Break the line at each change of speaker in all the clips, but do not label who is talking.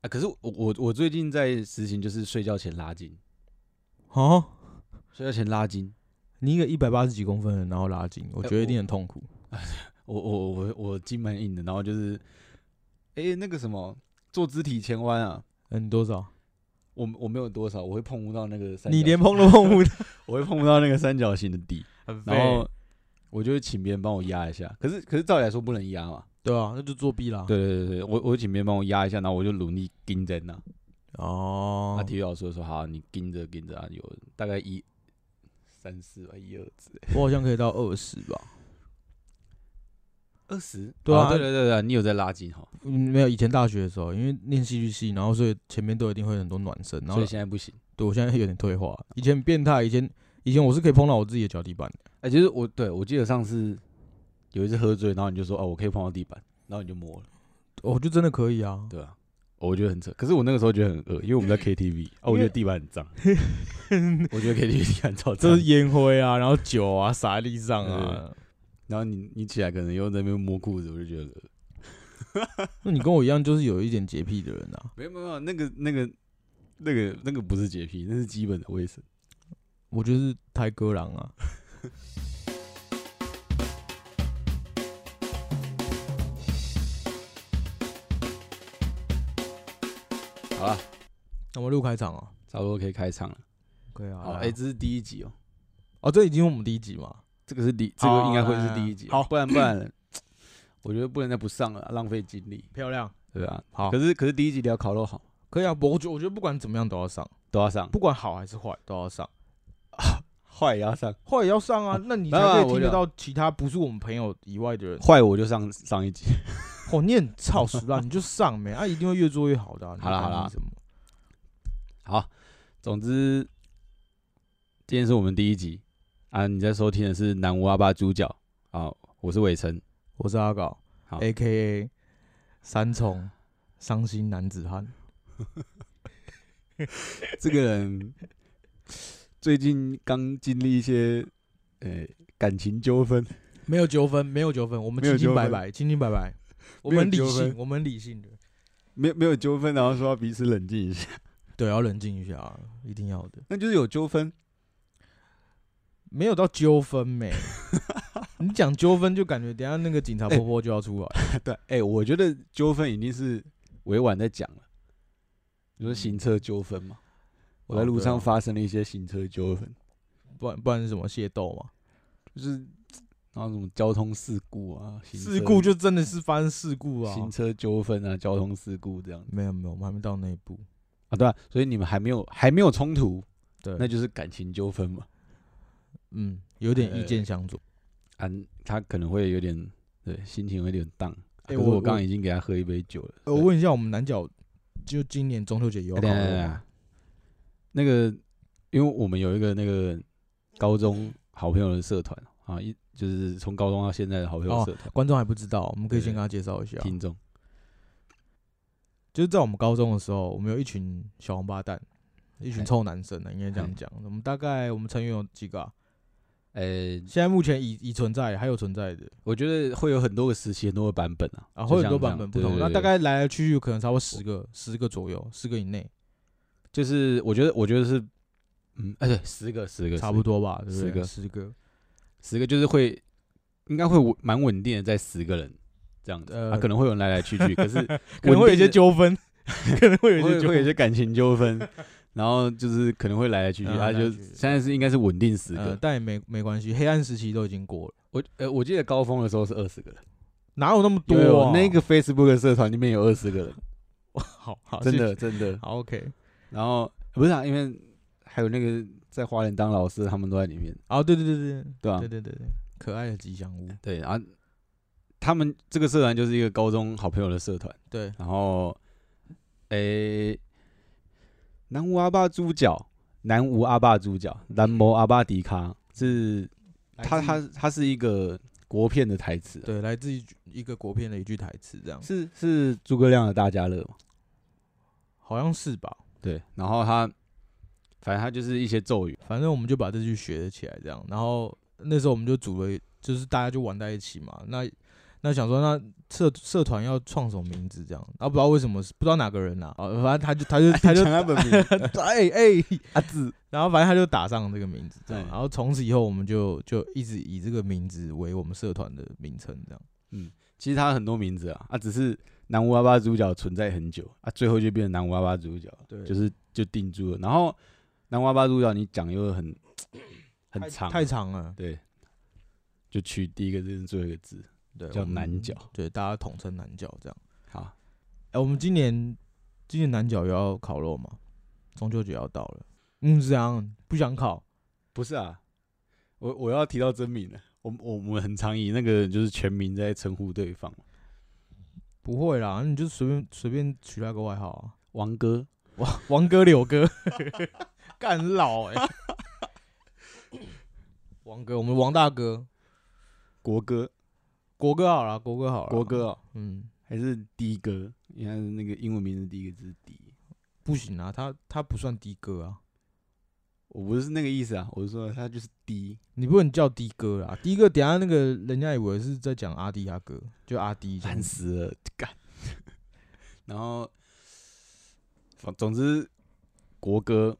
啊，可是我我我最近在实行就是睡觉前拉筋，
哦，
睡觉前拉筋。
你一个一百八十几公分的人，然后拉筋，我
哎
觉得一定
我
很痛苦。
我我我我筋蛮硬的，然后就是，诶，那个什么做肢体前弯啊，
嗯，你多少？
我我没有多少，我会碰不到那个三角
你连
形
碰都碰 不到，
我会碰不到那个三角形的底，
很
然 后我就会请别人帮我压一下。可是可是照理来说不能压嘛，
对啊，那就作弊啦。
对对对对，我我会请别人帮我压一下，然后我就努力盯在那。
哦
啊，，体育老师就说好，你盯着盯着啊，有大概一三四吧，一二之类，
我好像可以到二十吧。
二十，
对啊
哦对对对对，你有在拉筋哈，
嗯，没有，以前大学的时候，因为念戏剧系，然后所以前面都一定会有很多暖身，然后
所以现在不行。
对我现在有点退化。以前很变态，以前以前我是可以碰到我自己的脚底板的。
哎、其实我对我记得上次有一次喝醉，然后你就说哦，我可以碰到地板，然后你就摸了，
我就真的可以 啊！
对吧、哦我觉得很扯，可是我那个时候觉得很恶，因为我们在 KTV 啊，我觉得地板很脏，我觉得 KTV 地板超脏
这是。烟灰啊，然后酒啊，洒在地上啊。
然后你你起来可能又在那边摸裤子，我就觉得很恶
那你跟我一样，就是有一点洁癖的人啊。
没有没有没有那个那个那个那个不是洁癖，那是基本的卫生。
我就是泰戈狼啊。
好了，
那我们录开场哦。
差不多可以开场了。
可以啊。
好，
来啊
哎、这是第一集哦，
哦，这已经是我们第一集嘛。
这个是第这
好
个应该会是
来
第一集，哦
好
不然不然，我觉得不能再不上了，浪费精力，
漂亮。
对吧、
好
可，是可是第一集聊烤肉好
可以啊。我觉我觉得不管怎么样都要上，
都要上，
不管好还是坏都要上，
坏也要上，
坏也要上啊。那你才
没有啊
可以
我
听
就
得到其他不是我们朋友以外的人。
坏我就上上一集。
哦，你很操实 啦，你就上没啊，一定会越做越好的啊、你
好啦好啦
担心什么？
好，总之今天是我们第一集啊，你在收听的是南无阿巴猪脚啊，我是伟成，
我是阿搞
好
，A K A 三重伤心男子汉。
这个人最近刚经历一些呃感情纠纷，
没有纠纷，没有纠纷，我们
没有
清清
纠
白
纷
白，清清白白，我
没有
们理
纠
性，
纷
我们理性的，
没有没有纠纷，然后说要彼此冷静一下，
对，要冷静一下啊，一定要的，
那就是有纠纷。
没有到纠 纷没。你讲纠纷就感觉等一下那个警察
哎
婆婆就要出来，
对，哎、我觉得纠纷已经是委婉在讲了，比如说行车纠纷嘛，我在
哦
路
对啊
上发生了一些行车纠纷。
不然不然是什么械斗嘛？
就是然后什么交通事故啊，行
事
车
故、就真的是发生事故啊。
行车纠纷啊，交通事故这样子
没有没有，我们还没到那一步。
啊，对啊，所以你们还没有还没有冲突，
对，
那就是感情纠纷嘛。
嗯，有点
呃
意见相左。
啊，他可能会有点对心情会有点荡。啊
哎
可是
我
我刚
我
刚已经给他喝一杯酒了。
呃，我问一下，我们南角就今年中秋节有
对，等
要
一下
烤
等一
肉
下
吗？
那个，因为我们有一个那个高中好朋友的社团啊，一就是从高中到现在的好朋友
哦
社团、
观众还不知道，我们可以
对
先跟他介绍一下。
听众。
就是在我们高中的时候，我们有一群小王八蛋，一群臭男生呢、啊应该这样讲。我们大概我们成员有几个、啊？
呃、
现在目前已已存在，还有存在的
我觉得会有很多个时期，很多个版本啊，
啊，
就
会有
像
很多
这
版
样
本不
对
同。
对
那
对
大概来来去去可能差不多十个，十个左右，十个以内，
就是我觉得，我觉得是，嗯，哎，对，十个，十个，
差不
多，
多吧，对不对
十个
十个。
十个就是会，应该会稳蛮稳定的，在十个人这样子，
呃
啊，可能会有人来来去去，可是
可能会有一
稳
些
定的
纠 纷，可能会有一些
会
纠
会有一
纷。
些感情纠纷，然后就是可能会来来去去，
嗯
他
来来
就
去去
现在是应该是稳定十
呃，
个，
但也没没关系，黑暗时期都已经过了，
我呃我记得高峰的时候是二十个人，
哪有那么多、
有
啊
有？哦那个 Facebook 的社团里面有二十个人，
好好，
真
谢
的
谢
真的，
好 OK。
然后不是啊，因为还有那个在花莲当老师，他们都在里面，
哦，对对对对
对啊吧
对？对对对，可爱的吉祥物，
对，然后他们这个社团就是一个高中好朋友的社团，
对，
然后，诶、南无阿爸猪脚，南无阿爸猪脚，南无阿爸迪卡是它
来自
它它是一个国片的台词啊、
对，来自于一个国片的一句台词，这样
是是诸葛亮的大家乐嘛？
好像是吧？
对，然后他反正他就是一些咒语，
反正我们就把这句学了起来，这样。然后那时候我们就组了，就是大家就玩在一起嘛。那那想说，那社社团要创什么名字这样？啊，不知道为什么，不知道哪个人啦、啊，反正他就他就他就
抢他本名
哎哎，
阿字，
然后反正他就打上这个名字这样，
哎
然后从此以后我们就就一直以这个名字为我们社团的名称这样。
其实他很多名字啊，啊，只是南无阿巴主角存在很久啊，最后就变成南无阿巴主角，
对
就是就定住了。然后南无阿巴主角你讲又很很长，
太长了，
对，就取第一个字最后一个字。
对，
叫
我们
南角，
对，大家统称南角这样。
好，
哎、我们今年今年南角有要烤肉嘛？中秋节要到了，嗯，这样不想烤，
不是啊，我我要提到真名了。我我我们很常以那个就是全名在称呼对方，
不会啦，你就随便随便取他个外号啊，
王哥，
王王哥、柳哥， 干很老哎、王哥，我们王大哥，
国哥，
国哥好了，国哥好了，
国，哥哦，
嗯，
还是的哥？你看那个英文名字第一个字是的，
不行啊，他他不算的哥啊，
我不是那个意思啊，我是说他就是的，
你不能叫的哥啦，的哥，等一下那个人家以为是在讲阿迪阿哥，就阿迪这样
烦死了，干。 然后，反总之，国哥，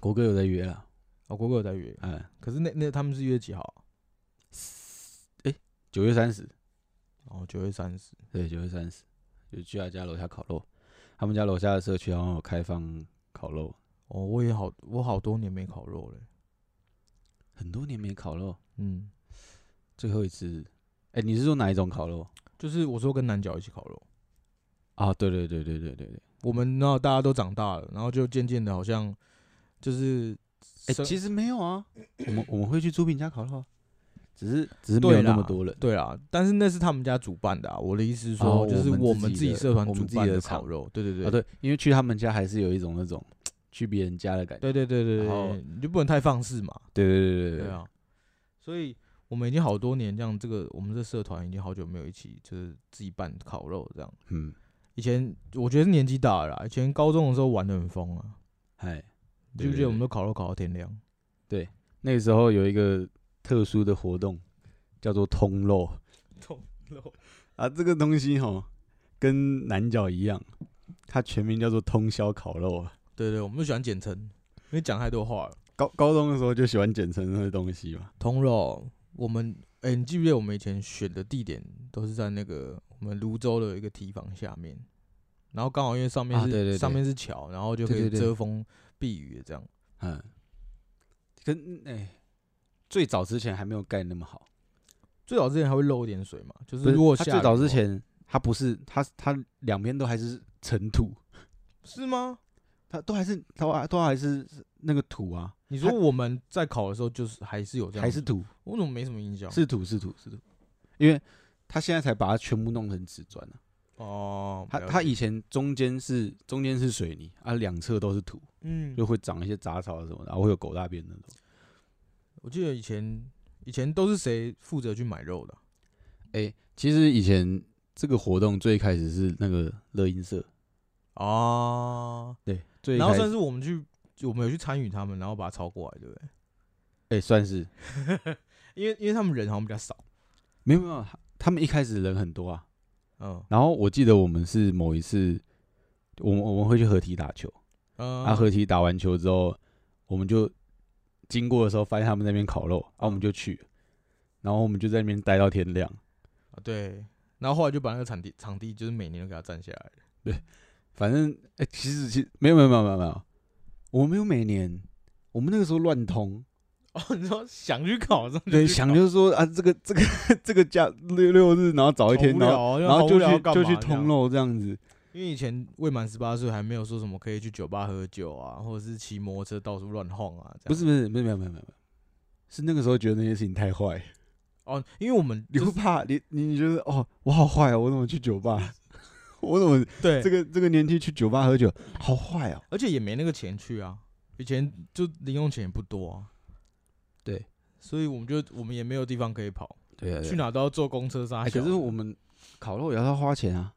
国哥有在约了，
哦，国哥有在约，
嗯，
可是那那他们是约几号啊？
九月三十，
哦，九月三十，
对，九月三十，就去他家楼下烤肉。他们家楼下的社区好像有开放烤肉，
哦，我也好，我好多年没烤肉了，
很多年没烤肉，
嗯，
最后一次。哎、你是说哪一种烤肉？
就是我说跟南角一起烤肉。
啊，对对对对对对对。
我们然后大家都长大了，然后就渐渐的好像就是
哎、
生，
其实没有啊，我们我们会去朱平家烤肉啊，只是只是没
对
有那
啦
么多人。
对啦，但是那是他们家主办的啊。我的意思是说，
哦
就是
我
我
们
们
自
自
己的
己社团
我们
主
自己
办
的场
烤肉，对对对，
啊，对，因为去他们家还是有一种那种去别人家的感觉。
对对对对对
然后
对，你就不能太放肆嘛，
对对对对
对啊。所以我们已经好多年这样，这个我们这社团已经好久没有一起就是自己办烤肉这样。
嗯，
以前我觉得是年纪大了啦，以前高中的时候玩的很疯啊，
嗨，
你
对
记不
对
记得我
对
们都烤肉烤到天亮？
那个时候有一个特殊的活动，叫做通肉
通肉
啊，这个东西吼跟南角一样，它全名叫做通宵烤肉啊。
对对，我们就喜欢简称，因为讲太多话了。
高高中的时候就喜欢简称那个东西嘛，
同柔，我们哎、你记不记得我们以前选的地点都是在那个我们泸州的一个堤防下面，然后刚好因为上面
啊
是、
对对
上
对
面是桥，然后就可
对
以
对对
遮风避雨这样。
嗯，跟哎、最早之前还没有盖那么好，
最早之前还会漏一点水嘛，就是
不是
如果
它
下
最
雨
早
的
之
话
前它不是它它两边都还是尘土，
是吗？
它都还是都都还是那个土啊，
你说
它
我们在考的时候就是还是有这样，
还是土，
我怎么没什么印象？
是土是土是土，因为他现在才把它全部弄成瓷砖了、
哦，
他
了
他
解
以前中间是中间是水泥啊，两侧都是土，
嗯
就，会长一些杂草什么的，然后会有狗大便那种。
我记得以前以前都是谁负责去买肉的啊、
哎、其实以前这个活动最开始是那个乐音社，
啊哦，
对，最
然后
开
算
始
是我们去，就我们有去参与他们，然后把它抄过来，对不对？
哎、算是
因为因为他们人好像比较少，
没有没有，他们一开始人很多啊，
嗯，
然后我记得我们是某一次，我们我们会去合体打球，
呃
啊，合体打完球之后，我们就经过的时候发现他们在那边烤肉，啊，我们就去了，然后我们就在那边待到天亮。
啊对，然后后来就把那个场地场地就是每年都给它占下来了，
反正哎、其实其实没有没有没有没有没有，我们没有每年，我们那个时候乱通，
哦，你说想去考上
对，想就是说啊，这个这个这个假六六日，然后找一天，然后
后
然后就去就去通，肉这样子，
因为以前未满十八岁还没有说什么可以去酒吧喝酒啊，或者是骑摩托车到处乱晃啊，这样
不是不是不是没有没有没有，是那个时候觉得那些事情太坏，
哦，因为我们
你
就
会
是
怕你你你觉得哦，我好坏哦，我怎么去酒吧？ 我怎么
对
这个这个年纪去酒吧喝酒，好坏哦？
而且也没那个钱去啊，以前就零用钱也不多啊。
对，
所以我们就我们也没有地方可以跑，
对
去？哪都要坐公车啥、
哎，可是我，们烤肉也要花钱啊，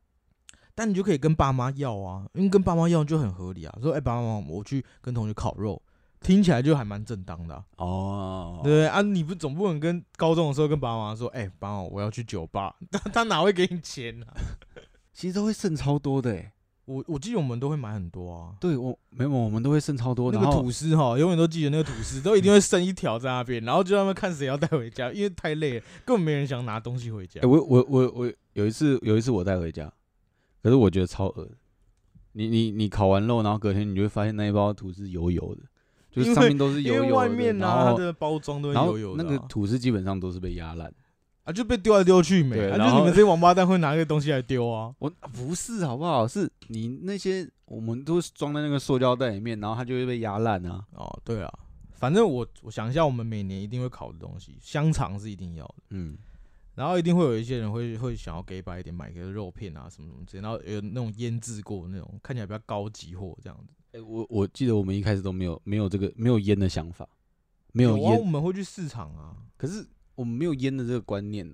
但你就可以跟爸妈要啊，因为跟爸妈要就很合理啊。说哎、爸妈，我去跟同学烤肉，听起来就还蛮正当的啊、
哦，
对啊，你不总不能跟高中的时候跟爸妈说，哎、爸妈我要去酒吧， 他他哪会给你钱啊？
其实都会剩超多的欸，
我我记得我们都会买很多啊，
对我没有，我们都会剩超多，
那
然
个
后
吐司哈，永远都记得那个吐司，都一定会剩一条在那边，然后就让他们看谁要带回家，因为太累了，根本没人想拿东西回家
哎、。我我我我有一次有一次我带回家，可是我觉得超恶的。你你你烤完肉，然后隔天你就会发现那一包吐司油油的，就是
因
上
为
面都是
因
油油
为
的，
外面
然
啊，它
后
的包装都会
然
油
后
油
那
的、
个
啊，
吐司基本上都是被压烂。
啊就被丢来丢去没，
对
啊
然
就
后
你们这些王八蛋会拿那个东西来丢啊。
我不是好不好？是你那些我们都是装在那个塑胶袋里面，然后它就会被压烂啊。
哦，对啊，反正我我想一下，我们每年一定会烤的东西，香肠是一定要的，
嗯，
然后一定会有一些人会会想要给白一点，买个肉片啊什么什么之类，然后有那种腌制过的那种，看起来比较高级货这样子。
哎、我我记得我们一开始都没有没有这个没有腌的想法，没
有啊，
腌，
我们会去市场啊，
可是我们没有腌的这个观念，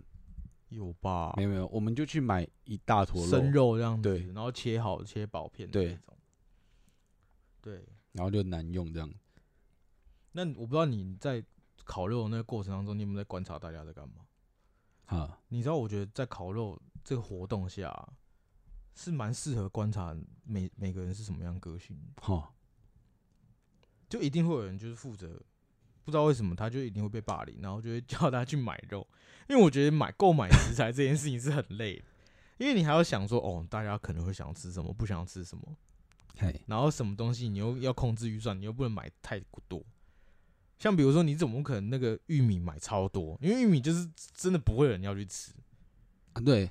有吧
没？有没有，我们就去买一大坨
啊生肉这样子，
对
然后切好切薄片的
对
那种。对，
然后就难用这样。
那我不知道你在烤肉的那个过程当中，你有没有在观察大家在干嘛？
啊，
你知道，我觉得在烤肉这个活动下啊、是蛮适合观察每每个人是什么样个性的，
好，
就一定会有人就是负责，不知道为什么他就一定会被霸凌，然后就会叫他去买肉，因为我觉得买购买食材这件事情是很累的，因为你还要想说哦，大家可能会想吃什么，不想吃什么，
嘿，
然后什么东西你又要控制预算，你又不能买太多。像比如说，你怎么可能那个玉米买超多？因为玉米就是真的不会有人要去吃，
啊对，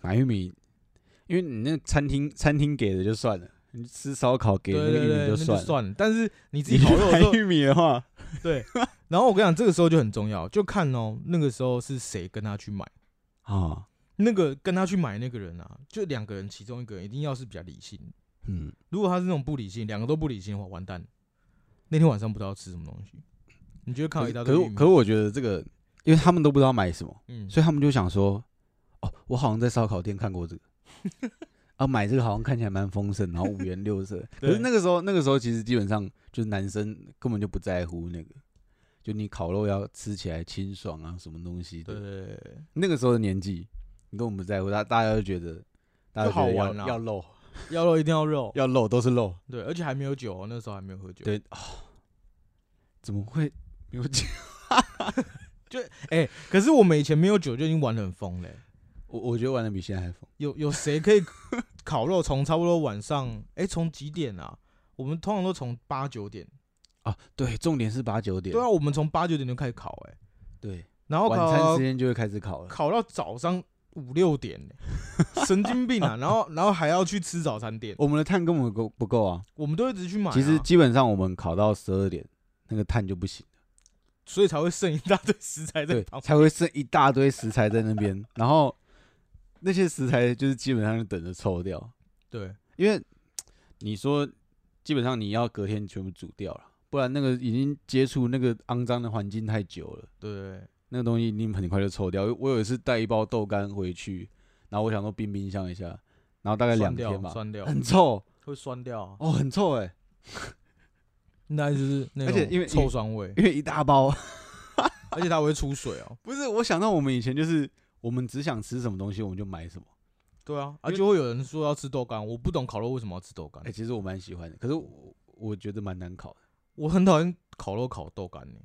买玉米，因为你那餐厅餐厅给的就算了，你吃烧烤给的那个
对对
玉米
对，那
算了，
算了。但是你自
你去
己烤肉的时候
买，玉米的话，
对。然后我跟你讲，这个时候就很重要，就看哦，那个时候是谁跟他去买。
啊，
那个跟他去买那个人啊，就两个人，其中一个人一定要是比较理性。
嗯，
如果他是那种不理性，两个都不理性的话，完蛋。那天晚上不知道吃什么东西，你就会看
可
到
是
一大
可
堆
是
玉
我
米。
可是我觉得这个，因为他们都不知道买什么，
嗯，
所以他们就想说，哦，我好像在烧烤店看过这个。 啊，买这个好像看起来蛮丰盛，然后五颜六色。可
对
是那个时候，那个时候其实基本上就是男生根本就不在乎那个，就你烤肉要吃起来清爽啊，什么东西的
对。对对对
那个时候的年纪，你根本不在乎，大大家就觉得，大家
就好
觉得
玩
要
啊
要肉，
对，要肉一定要肉，
要肉都是肉。
对，而且还没有酒哦，那时候还没有喝酒。
对啊、怎么会没有酒？
哎、可是我们以前没有酒就已经玩的很疯 嘞、欸
我我觉得玩的比现在还疯。
有有谁可以烤肉从差不多晚上，哎、从几点啊？我们通常都从八九点。
啊，对，重点是八九点，
对啊，我们从八九点就开始烤、哎，
对
然后
晚
烤
餐
到
时间就会开始烤了。
烤到早上五六点、哎神经病啊！然后然后还要去吃早餐店，
我们的碳根本够不够啊？
我们都一直去买、啊，
其实基本上我们烤到十二点，那个碳就不行，
所以才会剩一大堆食材在
对
旁，边。
才会剩一大堆食材在那 边，然后那些食材就是基本上就等着臭掉。
对，
因为你说基本上你要隔天全部煮掉了，不然那个已经接触那个肮脏的环境太久了，
对对
那个东西一定很快就臭掉。我有一次带一包豆干回去，然后我想说冰冰箱一下，然后大概
对，
两
酸掉
天吧，
酸掉，
很臭
会酸掉啊，
哦，很臭哎、
那就是那
而且因为
种臭酸味，
因为一大包。
而且它会出水哦。
不是，我想到我们以前就是我们只想吃什么东西我们就买什么，
对啊，
因
啊
为
就会有人说要吃豆干，我不懂烤肉为什么要吃豆干
哎、，其实我蛮喜欢的，可是我我觉得蛮难烤的，
我很讨厌烤肉烤豆干呢。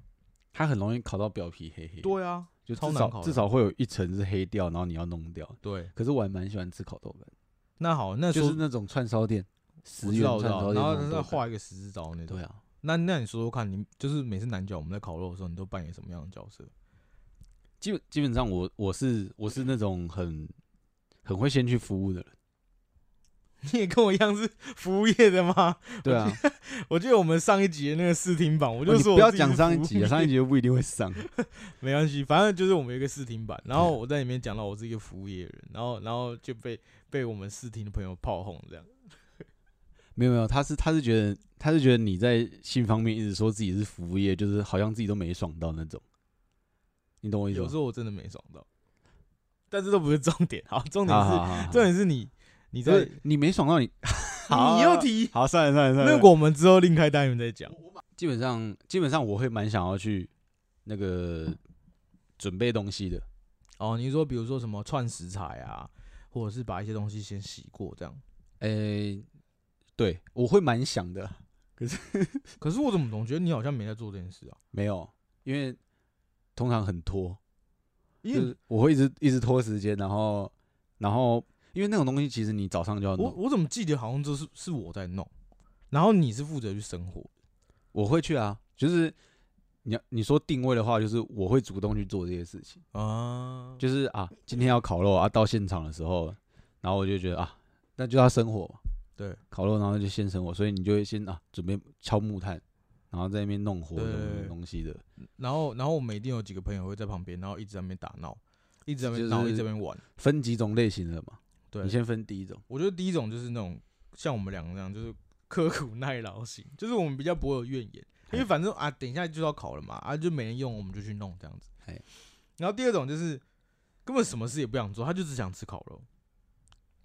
它很容易烤到表皮黑黑，
对啊，
就
超
至
难烤
少
的
至少会有一层是黑掉，然后你要弄掉。
对，
可是我还蛮喜欢吃烤豆干。
那好，那
就
说
是那种串烧店，
我
十
知
元
道我
串
知
烧
道，
店
然
那
后
种
再
豆干。
画一个十字招那种
对。啊，
那那你说说看，你就是每次男角我们在烤肉的时候，你都扮演什么样的角色？
基本基本上我我是我是那种很很会先去服务的人。
你也跟我一样是服务业的吗？
对啊，
我记得我们上一集的那个试听版，我
哦
就
你
说、
不要讲上一集啊，上一
集
集又不一定会上。
没关系，反正就是我们有一个试听版，然后我在里面讲到我是一个服务业人，然后然后就被被我们试听的朋友炮轰这样。
没有没有，他是他是觉得他是觉得你在性方面一直说自己是服务业，就是好像自己都没爽到那种。你懂我意思
有
吗
时？候我真的没爽到，但这都不是重点。好，重点
好
是
好好好
重点是你你
就
在
是你没爽到你，好
你又提，
好算了算了算了。
那个我们之后另开单元再讲。
基本上基本上我会蛮想要去那个准备东西的，
哦，你说比如说什么串食材啊，或者是把一些东西先洗过这样。
诶、哎对我会蛮想的，
可是我怎么总觉得你好像没在做这件事啊？
没有，因为通常很拖，
因
就
为
是我会一直一直拖时间，然后然后因为那种东西其实你早上就要
我
弄，
我怎么记得好像就是是我在弄，然后你是负责去生活的。
我会去啊，就是你要你说定位的话，就是我会主动去做这些事情，
啊，
就是啊，今天要烤肉啊，到现场的时候，然后我就觉得啊，那就要生火嘛，
对，
烤肉然后就先生火，所以你就会先啊准备敲木炭，然后在那边弄火什么什么
对
东西的，
然后然后我们一定有几个朋友会在旁边，然后一直在那边打闹，一直在那边闹，
就是
一直在那边玩。
分几种类型的嘛，
对啊
你，先分第一种，
我觉得第一种就是那种像我们两个这样，就是刻苦耐劳型，就是我们比较不会有怨言，因为
嘿
反正啊，等一下就要考了嘛，啊，就没人用，我们就去弄这样子
嘿。
然后第二种就是根本什么事也不想做，他就只想吃烤肉，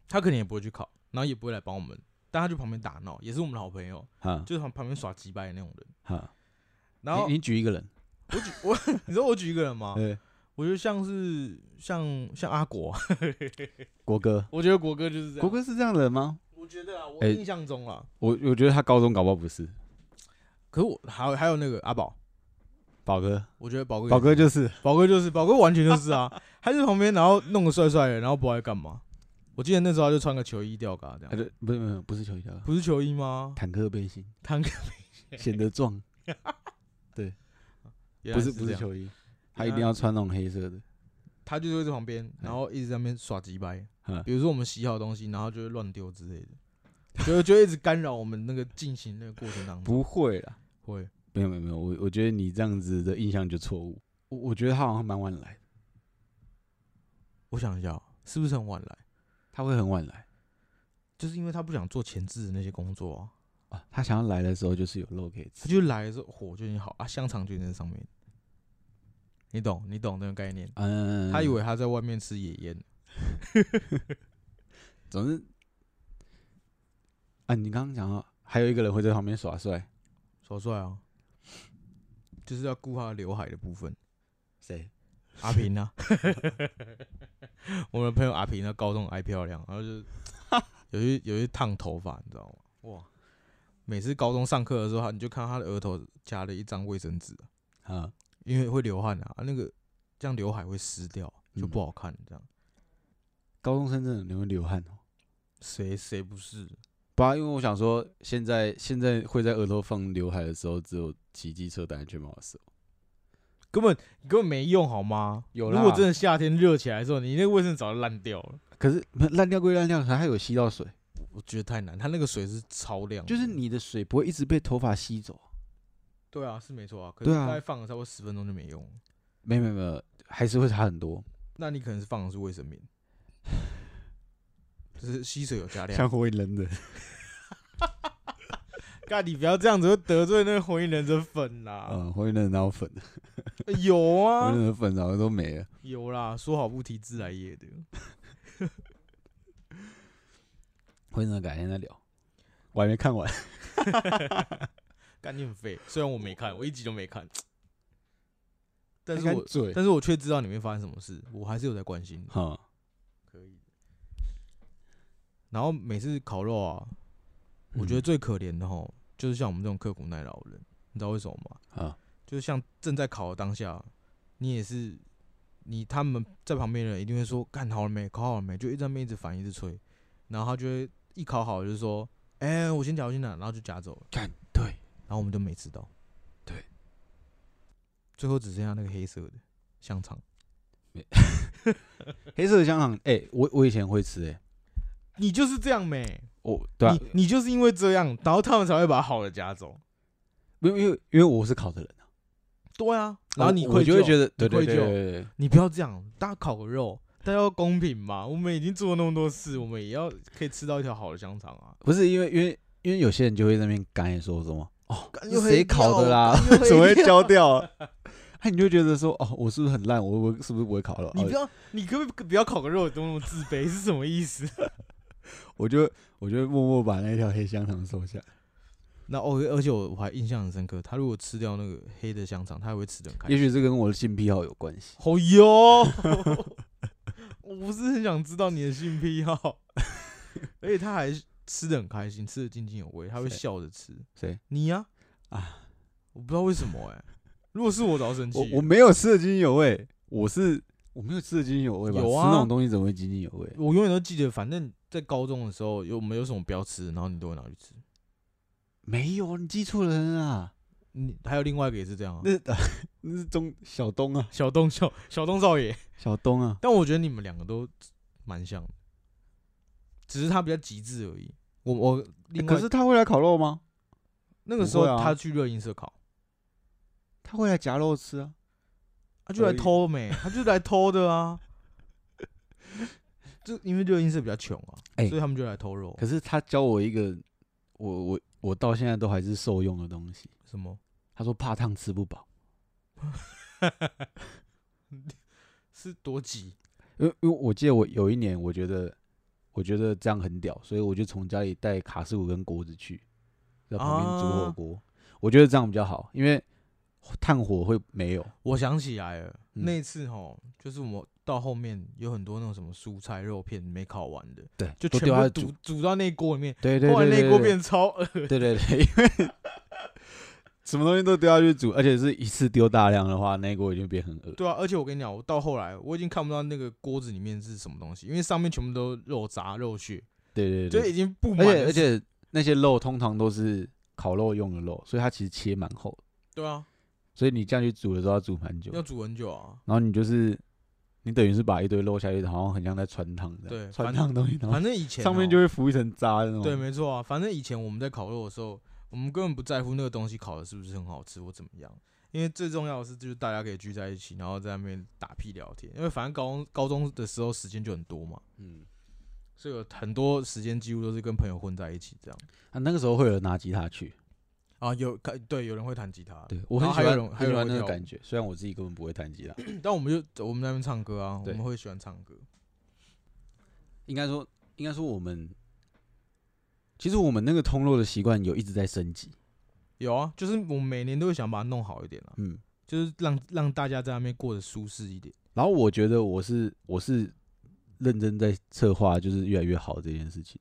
他可能也不会去烤，然后也不会来帮我们，但他就旁边打闹，也是我们的好朋友，
哈
就是旁旁边耍鸡掰的那种人。
哈，
然后
你你举一个人，
我举我，你说我举一个人吗？
对，
我觉得像是像像阿国啊，
国哥，
我觉得国哥就是这样。
国，哥是这样的人吗？
我觉得啊，我
哎
印象中啊，
我我觉得他高中搞不好不是，
可是我还有还有那个阿宝，
宝哥，
我觉得宝哥也
宝哥就是
宝哥就是宝哥，完全就是啊， 他在旁边然后弄个帅帅的，然后不知道在干嘛。我记得那时候他就穿个球衣吊嘎这
啊，
样，
对，不是不是不是球衣啊，
不是球衣吗？
坦克背心，
坦克
显得壮，
原
不
来
是
是
不
这
是
样，
球衣，他一定要穿那种黑色的，
他就会在旁边，然后一直在那边耍鸡掰
嗯，
比如说我们洗好东西，然后就会乱丢之类的，就 会就会一直干扰我们那个进行那个过程当中。
不会啦，
不会，
没有没有没有，我我觉得你这样子的印象就错误，我我觉得他好像蛮晚来的，
我想一下哦，是不是很晚来？
他会很晚来
就是因为他不想做前置的那些工作啊，
啊，他想要来的时候就是有肉可以
他
吃，
就来的时候火就已经好啊，香肠就已经在上面，你懂你懂那个概念。
嗯，
他以为他在外面吃野烟，
总之，啊，你刚刚讲到还有一个人会在旁边耍帅，
耍帅啊，就是要顾他的刘海的部分。
谁？
阿平 啊，我们的朋友阿平，他高中很爱漂亮，然后就 有一有一烫头发，你知道吗？哇，每次高中上课的时候，他你就看到他的额头夹了一张卫生纸啊，
啊，
因为会流汗啊，啊那个这样刘海会湿掉，就
嗯
不好看这样。
高中生真的你会流汗哦。
谁谁不是？
不啊，因为我想说，现在现在会在额头放刘海的时候，只有骑机车戴安全帽的时候。
根本根本没用好吗？
有
如
啦
果真的夏天热起来的时候，你那个卫生纸早就烂掉了。
可是没有烂掉归烂掉，它还有吸到水，
我觉得太难，它那个水是超亮的，
就是你的水不会一直被头发吸走。
对啊，是没错啊。可是
对啊
大概放了差不多十分钟就没用了，
没有没有没有，还是会差很多。
那你可能是放的是卫生棉，就是吸水有加量。
像火影忍者，
干，你不要这样子，会得罪那个火影忍者粉啦。
嗯，火影忍者哪有粉的，
有
火
啊
影，忍者粉早就都没了。
有啦，说好不提自来也的。
火影忍者改天再聊，我还没看完。
干你很废，虽然我没看，我一集都没看，但是
还敢
我
嘴，
但是我却知道里面发生什么事，我还是有在关心的。
哈，
可以。然后每次烤肉啊，我觉得
嗯
最可怜的吼，就是像我们这种刻苦耐劳的人，你知道为什么吗？
啊，
就是像正在烤的当下，你也是，你他们在旁边的人一定会说干好了没，烤好了没，就一直在那边一直反一直吹，然后他就会一烤好就是说，哎、我先夹我先夹，然后就夹走了，
看对，
然后我们就没吃到，
对，
最后只剩下那个黑色的香肠，
黑色的香肠，哎，我我以前会吃，哎，
你就是这样没，
我对啊，
你你就是因为这样，然后他们才会把好的夹走，
没有因为因为我是烤的人啊，
对啊，然后你
我我
愧
就会
疚，
觉得，对
愧
对对
疚
对对，对
你不要这样，大家烤个肉，大家要公平嘛。我们已经做了那么多事，我们也要可以吃到一条好的香肠啊。
不是因为因为因为有些人就会在那边干说什么哦，
干
是
又黑
谁烤的啦
掉干又，黑
怎 么会
掉
焦掉 啊？哎，你就觉得说哦，我是不是很烂？我我是不是不会烤肉？
你不
哦
要，你可不可以不要烤个肉，多么自卑是什么意思？
哦我就我就默默把那条黑香肠收下来。
那哦，而且我我还印象很深刻，他如果吃掉那个黑的香肠，他也会吃的很开
也
心。
许这跟我的性癖好有关系。
好哟， 我不是很想知道你的性癖好，而且他还吃的很开心，吃的津津有味，他会
谁
笑着吃。
谁
你呀、
啊？
我不知道为什么哎、如果是我早生气
我
了，
我没有吃的津津有味，我是我没有吃的津津有味吧？
有
吃那
啊
种东西怎么会津津有味？
我永远都记得，反正在高中的时候有没有什么不要吃的，然后你都会拿去吃。
没有，你记错人啊！
你还有另外一个也是这样、啊，
那那是中小东啊，
小东小小东少爷。
小东啊，
但我觉得你们两个都蛮像的，只是他比较极致而已。我我
欸
另外、
可是他会来烤肉吗？
那个
不
时候
会啊
他去热音社考，
他会来夹肉吃啊。
他就来
可以
偷没，他就来偷的啊。 就因为热音社比较穷啊，
哎
所以他们就来偷肉。
可是他教我一个，我我我到现在都还是受用的东西。
什么？
他说怕烫吃不饱，
是多急？
因为因为我记得我有一年，我觉得我觉得这样很屌，所以我就从家里带卡式炉跟锅子去，在旁边煮火
啊
锅。我觉得这样比较好，因为炭火会没有。
我想起来了，
嗯
那一次吼，就是我们到后面有很多那种什么蔬菜肉片没烤完的，
对，
就
都
全
丢
部
在煮
煮。煮到那锅里面，
对对
后来
对
那
对
锅
对
变超 恶
对对对，因为什么东西都丢下去煮，而且是一次丢大量的话，那一锅已经变很恶。
对啊，而且我跟你讲，我到后来我已经看不到那个锅子里面是什么东西，因为上面全部都肉渣、肉屑，
对对
就
对，
已经布
而
满了
且而且那些肉通常都是烤肉用的肉，所以它其实切蛮厚的，
对啊，
所以你这样去煮的时候要煮蛮久的，
要煮很久啊。
然后你就是你等于是把一堆肉下去，好像很像在穿汤这样，
对
穿
反
汤东西，然后
反正以 前
上面
哦
就会浮一层渣的那种。
对，没错啊。反正以前我们在烤肉的时候，我们根本不在乎那个东西烤的是不是很好吃或怎么样，因为最重要的是就是大家可以聚在一起，然后在那边打屁聊天。因为反正高中高中的时候时间就很多嘛，
嗯，
所以有很多时间几乎都是跟朋友混在一起这样。
啊，那个时候会有人拿吉他去，
啊，有对有人会弹吉他，
对我
嗯
很
然后
喜
还有
欢
人
很喜
还有人
欢
会
那个
跳舞
感觉，虽然我自己根本不会弹吉他，
但我们就我们在那边唱歌啊，我
对
们会喜欢唱歌。
应该说应该说我们。其实我们那个通路的习惯有一直在升级，
有啊，就是我们每年都会想把它弄好一点啊，
嗯，
就是让让大家在那边过得舒适一点。
然后我觉得我是我是认真在策划，就是越来越好这件事情。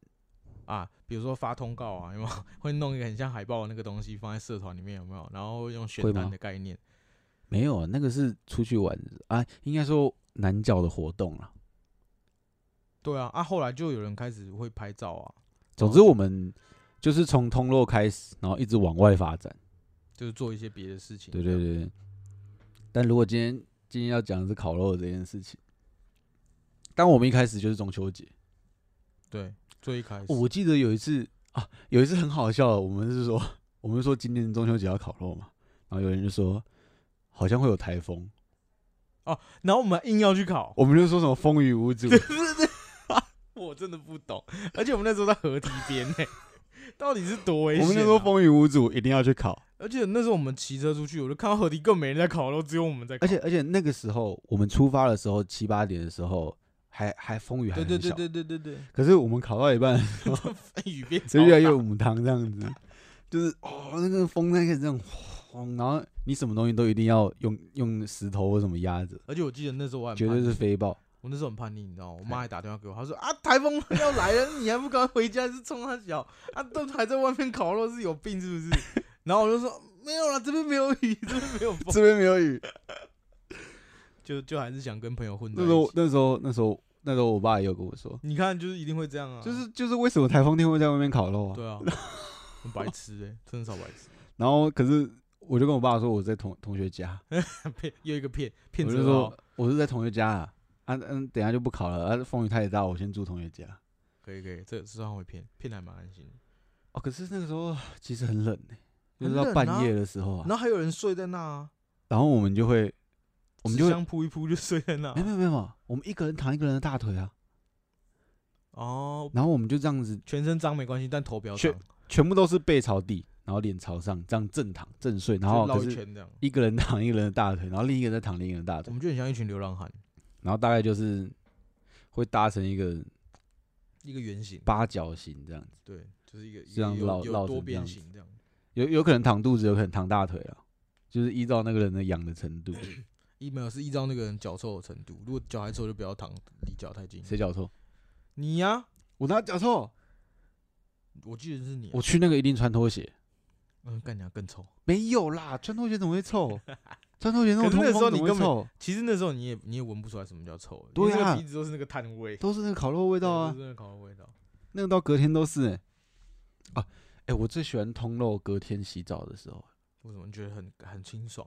啊，比如说发通告啊，有没有 会弄一个很像海报的那个东西放在社团里面有没有？然后用
会
选
吗
单的概念，
没有啊，那个是出去玩的啊，应该说南角的活动啊啦。
对啊，啊后来就有人开始会拍照啊，
总之，我们就是从通路开始，然后一直往外发展。
就是做一些别的事情。
对对对对。但如果今天今天要讲的是烤肉的这件事情，当我们一开始就是中秋节，
对，最一开始、
哦我记得有一次啊，有一次很好笑，我们是说啊我们说今年中秋节要烤肉嘛，然后有人就说好像会有台风，
然后我们硬要去考，
我们就说什么风雨 无阻，
我真的不懂，而且我们那时候在河堤边呢、 到底是多危险、
我
啊？
们就说风雨无阻，一定要去烤。
而且那时候我们骑车出去，我就看到河堤更没人在烤肉，只有我们在烤。
而且而且那个时候我们出发的时候七八点的时候，还还风雨还
对
很小。
对对对对对对，
可是我们烤到一半，
雨变
就越来越
超大
母汤这样子，就是哦那个风那个这样轰，然后你什么东西都一定要用用石头或什么压着，
而且我记得那时候我还很
绝
叛
对
逆
是飞爆。
我那时候很叛逆，你知道吗？我
哎
妈还打电话给我，她说啊，台风要来了，你还不赶快回家，是冲他小啊，都还在外面烤肉，是有病是不 是？然后我就说没有啦，这边没有雨，这边没有风，
这边没有雨，
就就还是想跟朋友混在
那
一
时候
起。
那时候那时候那时候我爸也有跟我说，
你看，就是一定会这样啊，
就是就是为什么台风天会在外面烤肉啊？
对啊，很白痴哎、真的超白痴。
然后可是我就跟我爸说我在同同学家，
骗又一个骗骗
我
子
就
哦
说，我是在同学家啊，啊嗯，等一下就不考了，啊风雨太大，我先住同学家。
可以可以，这这算会骗，骗的还蛮安心的。
哦，可是那个时候其实很冷呢、就是
很
到
冷
半
啊
夜的时候啊，
然后还有人睡在那啊，
然后我们就会，我们就会
纸箱铺一铺就睡在那啊
没有没有没有，我们一个人躺一个人的大腿啊，
哦，
然后我们就这样子，
全身脏没关系，但头不要
全
脏，
全部都是背朝地，然后脸朝上，这样正躺正睡，然后
就
可
绕一
是
圈这样。
一个人躺一个人的大腿，然后另一个人在躺另一个人的大
我
腿，
们就很像一群流浪汉，
然后大概就是会搭成一个
一个圆形，
八角形这样子。
对，就是一个一
这
个
样绕
有
绕
有多
成这样
边
子
形这样。
有有可能躺肚子，有可能躺大腿啊，就是依照那个人的痒的程度。
一没有是依照那个人脚臭的程度，如果脚还臭就不要躺离脚太近。
谁脚臭？
你呀、
我哪有脚臭？
我记得是你啊、
我去那个一定穿拖鞋。
嗯，干娘更臭。
没有啦，穿拖鞋怎么会臭？穿拖鞋那
可
么
是那
通
时候
风
你
怎么
根
会
本
臭？
其实那时候你也你也闻不出来什么叫臭，
对
因为那
啊
个鼻子都是那个炭味，
都是那个烤肉味
味
道啊，
真的烤的味道。
那个到隔天都是、欸。啊，哎、我最喜欢通肉隔天洗澡的时候，
为什么你觉得很很清爽？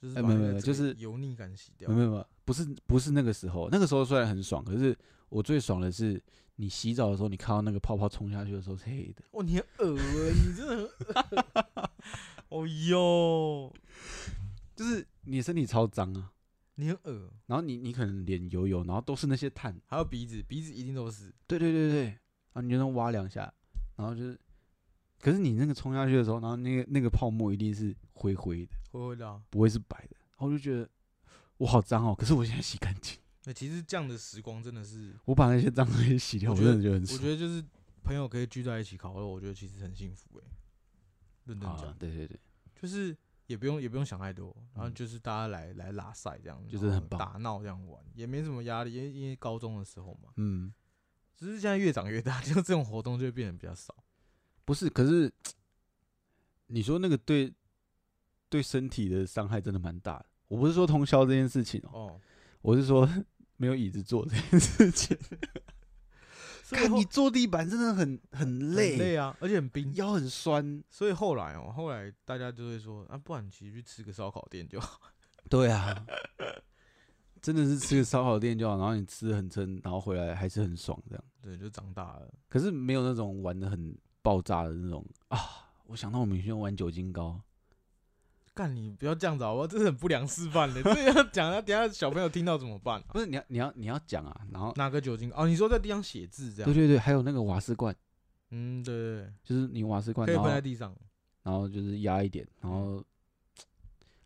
就是
哎
把
没有
那
没
个
有
整
就
个
是
油腻感洗掉
没有。没有没有，不是不是那个时候，那个时候虽然很爽，可是我最爽的是你洗澡的时候，你看到那个泡泡冲下去的时候是黑的，
哇，你很恶欸，你真的很 恶。哦哟，
就是你身体超脏啊，
你很恶，
然后你你可能脸油油，然后都是那些碳，
还有鼻子，鼻子一定都是。
对对对对，然后你就能挖两下，然后就是，可是你那个冲下去的时候，然后那个那个泡沫一定是灰灰的，
会会的啊。
不会是白的，然后我就觉得我好脏哦，可是我现在洗干净，
那欸其实这样的时光真的是，
我把那些脏东西洗掉，
我
我
觉得
真的觉得很
我
爽。
觉得就是朋友可以聚在一起烤肉，我觉得其实很幸福哎、认真
啊
讲，，
对对对，
就是也不用也不用想太多，然后
嗯
就是大家来来拉赛这样，
就
然
真的
后
很棒
打闹这样玩也没什么压力，因为因为高中的时候嘛，
嗯，
只是现在越长越大， 就这种活动就会变得比较少。
不是，可是你说那个对对身体的伤害真的蛮大的。我不是说通宵这件事情哦，
哦，
我是说 没有椅子坐这件事情。
所 以
看
后
你坐地板真的很很累，
很累啊，而且很冰。
腰很酸。
所以后来哦，后来大家就会说，啊，不然你其实去吃个烧烤店就好。
对 啊，真的是吃个烧烤店就好，然后你吃得很撑，然后回来还是很爽这样。
对，就长大了。
可是没有那种玩的很爆炸的那种啊！我想到我们以前玩酒精膏，
干你不要这样子好不好？这是很不良示范的，这要讲，那等一下小朋友听到怎么办、啊？
不是你要你要你要讲啊，然后
拿个酒精哦，你说在地上写字这
对
样？
对对，还有那个瓦斯罐，
嗯，对对
就是你瓦斯
对，
罐，
可以嗯
然
喷
后
在地上。
然后就是压一点，然后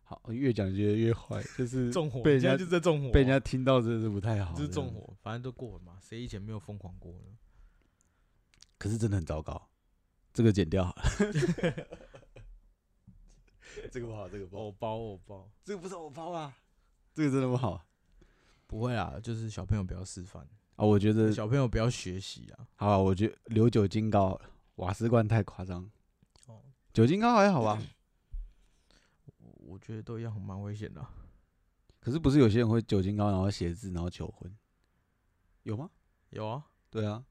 好，越讲觉得越坏，就是
纵火，
被人
现在
家
就是在纵火啊，
被人家听到真的是不太好，
就是
这样
纵
子，
火，反正都过了嘛，谁以前没有疯狂过呢？
可是真的很糟糕，这个剪掉好了， 这个不好，这个不好，
偶包偶包，
这个不是我包啊，这个真的不好
不会啦，就是小朋友不要示范，
啊，我觉得
小朋友不要学习啊。
好啊，我觉得留酒精膏好了瓦斯罐太夸张，
哦，
酒精膏还好 吧，
我我觉得都一样，蛮危险的啊、
可是不是有些人会酒精膏然后写字然后求婚，有吗？
有啊，
对啊，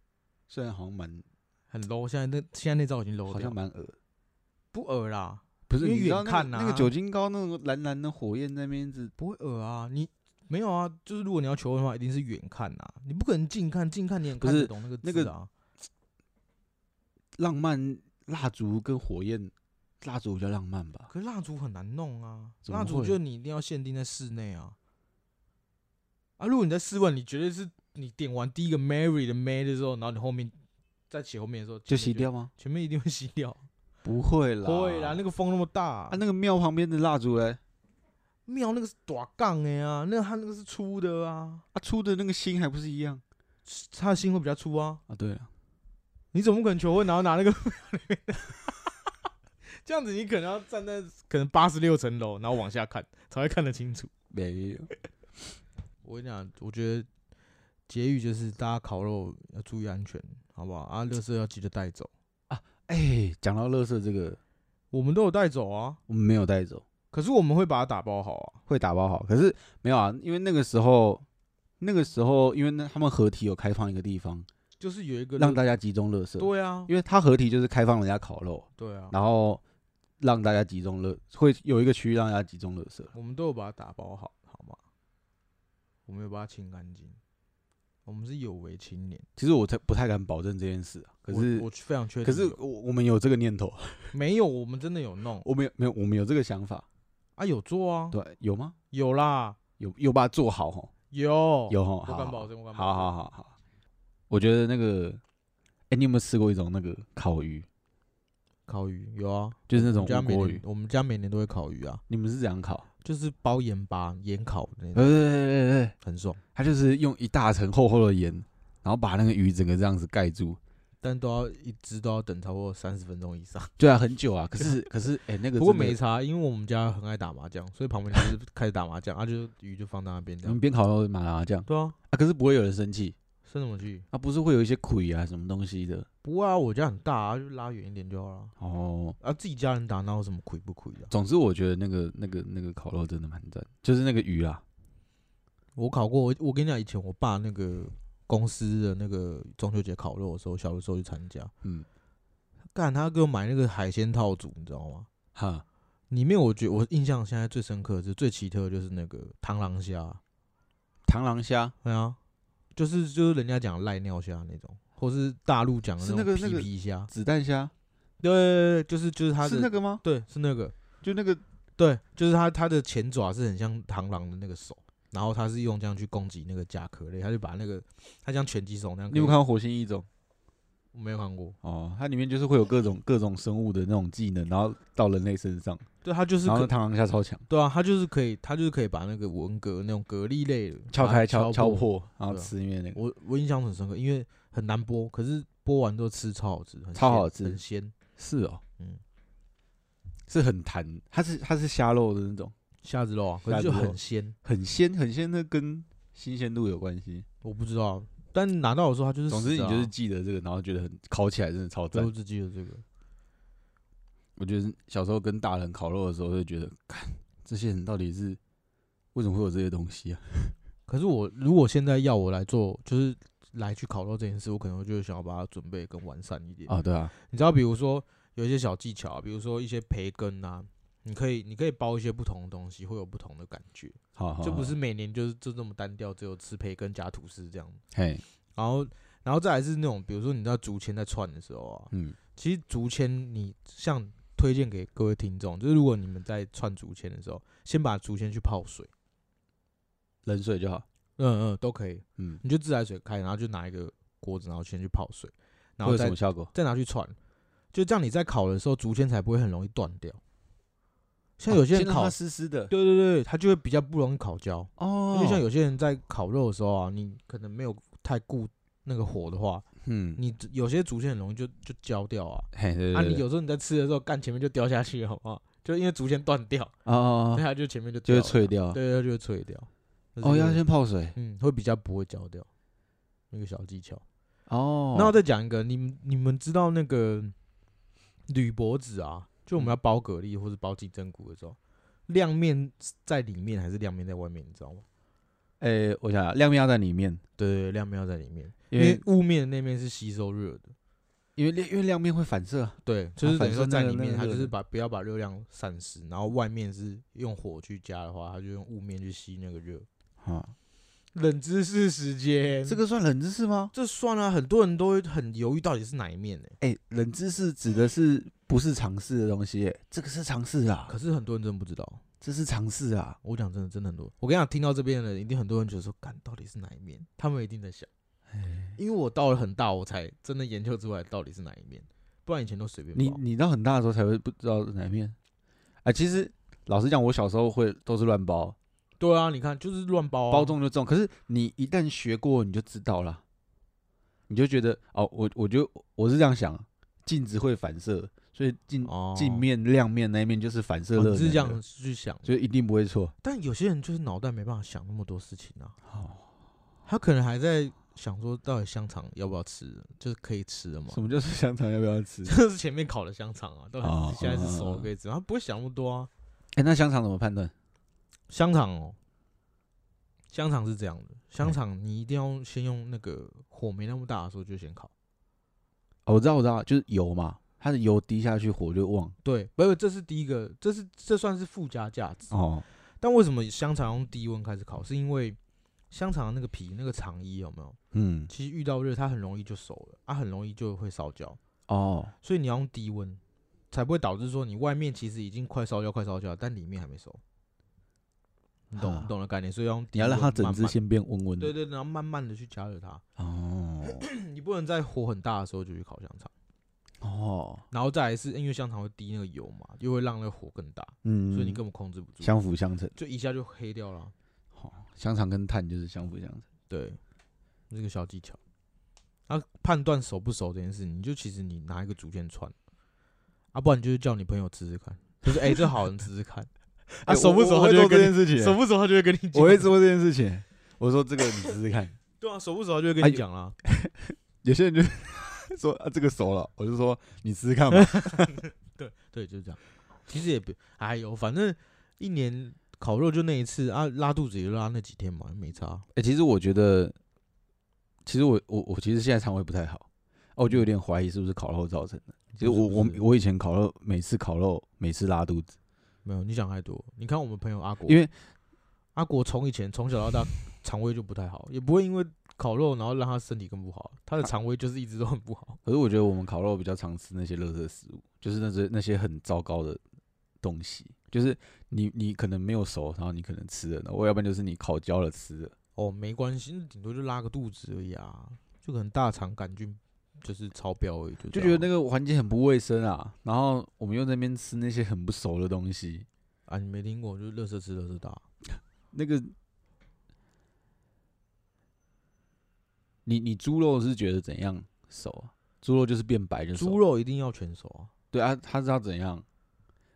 虽然好像蛮
很 low，现在那现在那招已经 low
好
掉
像
了，
蛮恶
不恶啦，
不是
因为
你知道
远
那
看
个那个
啊
酒精膏那种蓝蓝的火焰在那边一直，
不会恶啊，你。没有啊，就是如果你要求婚的话，一定是远看呐、你不可能近看，近看你也
不
看
是
得懂那个
那个
字啊。
浪漫蜡烛跟火焰，蜡烛比较浪漫吧？
可是蜡烛很难弄啊，
怎么
蜡烛
会
就你一定要限定在室内啊。啊，如果你在室外，你绝对是你点完第一个 Mary 的 May 的时候，然后你后面在写后面的时候
就
前
洗，
面
掉吗？
前面一定会洗掉。
不会啦，
会啦，那
个
个风那么大，
啊那个庙旁边的蜡烛嘞，
庙那个是短杠的呀，那个它那个是粗的啊，
啊出的那个心还不是一样
它的心会比较粗啊。
啊？对啊，
你怎么可能求婚然后拿那个 这样子？你可能要站在可能八十六层楼，然后往下看才会看得清楚。
没有，
我跟你讲，我觉得节育就是大家烤肉要注意安全，好不好？啊，垃圾要记得带走，
哎、讲到垃圾这个，
我们都有带走啊，
我们没有带走，
可是我们会把它打包好啊。
会打包好，可是没有啊，因为那个时候。那个时候，因为那他们合体有开放一个地方，
就是有一个
让
大
大家集中垃圾。
对啊，
因为他合体就是开放人家烤肉，
对啊，
然后让大家集中乐，会有一个区域让大家集中乐色。
我们都有把它打包好，好吗？我们有把它清干净，我们是有为青年。
其实我才不太敢保证这件事啊，可是
我我非常确定有，
可是我我们有这个念头，
没有，我们真的有弄
我们有没有我们有这个想法，
啊，有做啊，
对，有吗？
有啦，
有有把它做好吼，
有
有吼，
我
好
敢
好
保证我敢
好
保
好好好，我觉得那个，哎、你有没有吃过一种那个烤鱼，
烤鱼有啊，
就是那种
我们家
无
每
锅
年
鱼？
我们家每年都会烤鱼啊，
你们是怎样烤？
就是包盐巴盐烤的那种，
呃，对对对，
很爽。
它就是用一大层厚厚的盐，然后把那个鱼整个这样子盖住，
但都要一只都要等超过三十分钟以上。
对啊，很久啊。可是可是，哎、那个
不过
真的
没差，因为我们家很爱打麻将，所以旁边就是开始打麻将，啊，就鱼就放在那边这
你们
样。
边烤肉麻麻将
嗯对啊，
啊，可是不会有人生气
生什么气？
啊，不是会有一些鬼啊什么东西的
不会啊，我家很大啊，就拉远一点就好了。
哦。
啊，自己家人打哪有什么亏不亏的啊、
总之，我觉得那个那个那个烤肉真的蛮赞，就是那个鱼啊，
我烤过，我我跟你讲，以前我爸那个公司的那个中秋节烤肉的时候，小的时候去参加，
嗯，
干他给我买那个海鲜套组，你知道吗？
哈，
里面我觉得我印象现在最深刻的是最奇特的就是那个螳螂虾，
螳螂虾
对啊，就是就是人家讲赖尿虾那种，或是大陆讲的
是
那
那
种
个那
皮
个
皮虾，
子弹虾
对对对，对就是就是它的
是那个吗？
对是那个
就那个
对，就是它它的前爪是很像螳螂的那个手，然后它是用这样去攻击那个甲壳类，它就把那个它像拳击手那样可
你
以，
有没有看过《火星异种》？
我没有看过，
哦，它里面就是会有各种各种生物的那种技能，然后到人类身上，
对，它就是
然后
可
那螳螂虾超强，
对啊，它就是可以，它就是可以把那个文革那种蛤蜊类的
敲
把它
开敲
敲
敲。破，然后
对啊
吃里面那个。
我我印象很深刻，因为很难剥，可是剥完之后吃超好吃，很
超
鲜
好吃
很鲜。
是哦，
嗯，
是很弹，它是它是虾肉的那种，
虾子肉啊，可
虾
是就
子肉
很鲜，
很鲜很鲜，那跟新鲜度有关系。
我不知道，但拿到的时候它就是
总
死
之，你
的啊。
就是记得这个，然后觉得很烤起来真的超
对
赞
我。只记得这个，
我觉得小时候跟大人烤肉的时候，就觉得，看这些人到底是为什么会有这些东西啊？
可是我如果现在要我来做，就是来去烤肉这件事，我可能就会想要把它准备更完善一点。
啊，对啊，
你知道，比如说有一些小技巧啊、比如说一些培根啊，你可以你可以包一些不同的东西，会有不同的感觉，
好，好
就不
好
是每年就是就这么单调，只有吃培根加吐司这样。
嘿，
然后然后再来是那种，比如说你知道竹签在串的时候啊，
嗯，
其实竹签你像推荐给各位听众，就是如果你们在串竹签的时候，先把竹签去泡水，
冷水就好，
嗯嗯都可以，
嗯，
你就自来水开，然后就拿一个锅子，然后先去泡水，然
会
后
有什
再
么效果？
再拿去串，就这样你在烤的时候，竹签才不会很容易断掉。像有些人
先让
烤，
它湿湿啊的，
对对对，它就会比较不容易烤焦。
哦
因为像，有些人在烤肉的时候啊，你可能没有太顾那个火的话，
嗯，
你有些竹签很容易就就焦掉啊。
嘿，对对
啊，
对
你有时候你在吃的时候，干前面就掉下去了，好不好？就因为竹签断掉，
哦哦，
对
哦
它就前面就
就会
掉了
脆，掉啊，
对，它就会脆掉。这是
哦，
一个
要先泡水，
嗯，会比较不会焦掉，一个小技巧。
哦，
然后再讲一个，你们你们知道那个铝箔纸啊，就
嗯
我们要包蛤蜊或者包金针菇的时候，亮面在里面还是亮面在外面，你知道吗？
诶，我想想亮面要在里面，
对对对，亮面要在里面，
因
因为
为
雾面的那面是吸收热的，
因为亮因为亮面会反射啊，
对，就是等于说
反射
在
那个
里面，
那个
它就是
热
把不要把热量散失，然后外面是用火去加的话，它就用雾面去吸那个热。
啊，
冷知识时间，
这个算冷知识吗？
这算了、很多人都会很犹豫到底是哪一面呢、
哎，冷知识指的是不是尝试的东西？哎这个是尝试啊
可，是很多人真不知道。
这是尝试啊，
我讲真的，真的很多。我跟你讲，听到这边的人，一定很多人觉得说，干到底是哪一面？他们一定在想，
哎
因为我到了很大，我才真的研究出来到底是哪一面，不然以前都随便
你
报
你到很大的时候才会不知道哪一面，啊，其实老实讲，我小时候会都是乱包，
对啊，你看就是乱包、啊、
包中就中。可是你一旦学过，你就知道了，你就觉得哦，我我就我是这样想，镜子会反射，所以镜
哦，
镜、面亮面那一面就是反射热
哦
能
你
的，
是这样去想。
所以一定不会错。
但有些人就是脑袋没办法想那么多事情啊，
哦，
他可能还在想说，到底香肠要不要吃，就是可以吃了吗？
什么就是香肠要不要吃？
就是前面烤的香肠啊，到底
哦
是现在是
嗯
熟
嗯
了
嗯
可以吃，他不会想那么多啊。
哎、那香肠怎么判断？
香肠哦，香肠是这样的，香肠你一定要先用那个火没那么大的时候就先烤。
哦，我知道，我知道，就是油嘛，它的油滴下去，火就旺。
对，不是，这是第一个，这是这算是附加价值。
哦，
但为什么香肠用低温开始烤？是因为香肠的那个皮、那个肠衣有没有？
嗯，
其实遇到热，它很容易就熟了，啊它、很容易就会烧焦，
哦，
所以你要用低温，才不会导致说你外面其实已经快烧焦、快烧焦，但里面还没熟。你懂、
啊
你懂的概念，所以要用低
你
温
要
慢
让
慢。
它整只先变温温的。
对对，然后慢慢的去加热它。
哦，
你不能在火很大的时候就去烤香肠，
哦，
然后再来是因为香肠会滴那个油嘛，又会让那个火更大，
嗯，
所以你根本控制不住，
相辅相成。
就一下就黑掉了。
哦，香肠跟碳就是相辅相成。
对，这个小技巧。啊，判断熟不熟这件事，你就其实你拿一个竹签穿，啊，不然你就是叫你朋友吃吃看，就是哎、这好人吃吃 看，啊，
欸
熟不
我我
熟他
会
就
做这
会跟
件
你，
事情
熟
欸，
不熟他就会跟你讲，啊
我会做这件事情欸。我说这个你试试看，
对啊，熟不熟他就会跟
哎
你讲啊啦，
有些人就 说啊这个熟了，我就说你试试 看吧。
对，就是这样。其实也不，哎呦，反正一年烤肉就那一次啊，拉肚子也就拉那几天嘛，没差。
哎、其实我觉得，其实我我我其实现在肠胃不太好，啊，我就有点怀疑是不是烤肉造成的。其实
不是
我我
不是
我以前烤肉，每次烤肉每次拉肚子，
没有，你想太多。你看我们朋友阿国，
因为
阿国从以前从小到大肠胃就不太好，也不会因为烤肉然后让他身体更不好，他的
他
肠胃就是一直都很不好。
可是我觉得我们烤肉比较常吃那些垃圾食物，就是那些那些很糟糕的东西，就是你你可能没有熟，然后你可能吃了，然后要不然就是你烤焦了吃了。
哦，没关系，那顶多就拉个肚子而已啊，就可能大肠杆菌就是超标而已，就
就觉得那
个
个环境很不卫生啊，然后我们又在那边吃那些很不熟的东西，
啊，你没听过，就是乐色吃乐色大。
那个，你你猪肉是觉得怎样熟啊？猪肉就是变白就熟，
猪肉一定要全熟啊，
对啊，它是要怎样？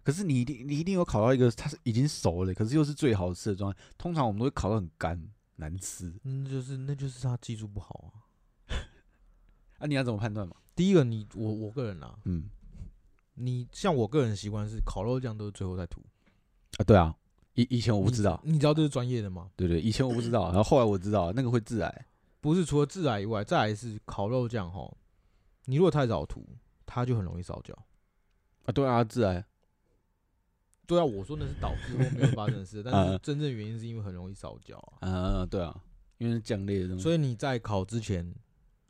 可是你一定你一定有烤到一个它是已经熟了，可是又是最好吃的状态。通常我们都会烤到很干难吃
那嗯就是那就是他技术不好啊。
啊，你要怎么判断嘛？
第一个你我我个人啊，
嗯
你像我个人习惯是烤肉酱都是最后再涂，
啊，对啊，以以前我不知道，
你你知道这是专业的吗？
对对，以前我不知道，然后后来我知道那个会致癌，
不是，除了致癌以外，再来是烤肉酱哈，你如果太早涂，它就很容易烧焦。
啊，对啊，致癌，
对啊，我说那是导致或没有发生的事，但是
嗯
真正原因是因为很容易烧焦啊。
啊，对啊，因为是酱类的东西，
所以你在烤之前，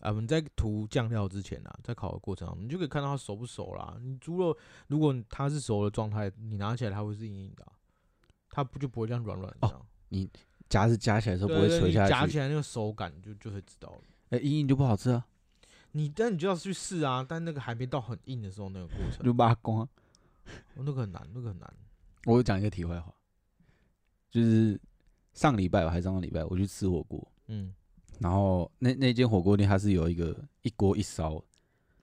啊，我们在涂酱料之前啊，在烤的过程中，你就可以看到它熟不熟啦。你猪肉如果它是熟的状态，你拿起来它会是硬硬的啊、它不就不会这样软软的这
哦
样。
夹是夹起来的时候不会
对对
垂
你
下去，
夹起来那个手感你就就会知道了。
哎，硬硬就不好吃啊，
你但你就要去试啊，但那个还没到很硬的时候，那个过程，
就把它光啊。
哦那个很难，那个很难。
我讲一个题外话，就是上礼拜吧还是上上礼拜，我去吃火锅，
嗯
然后那那间火锅店它是有一个一锅一烧，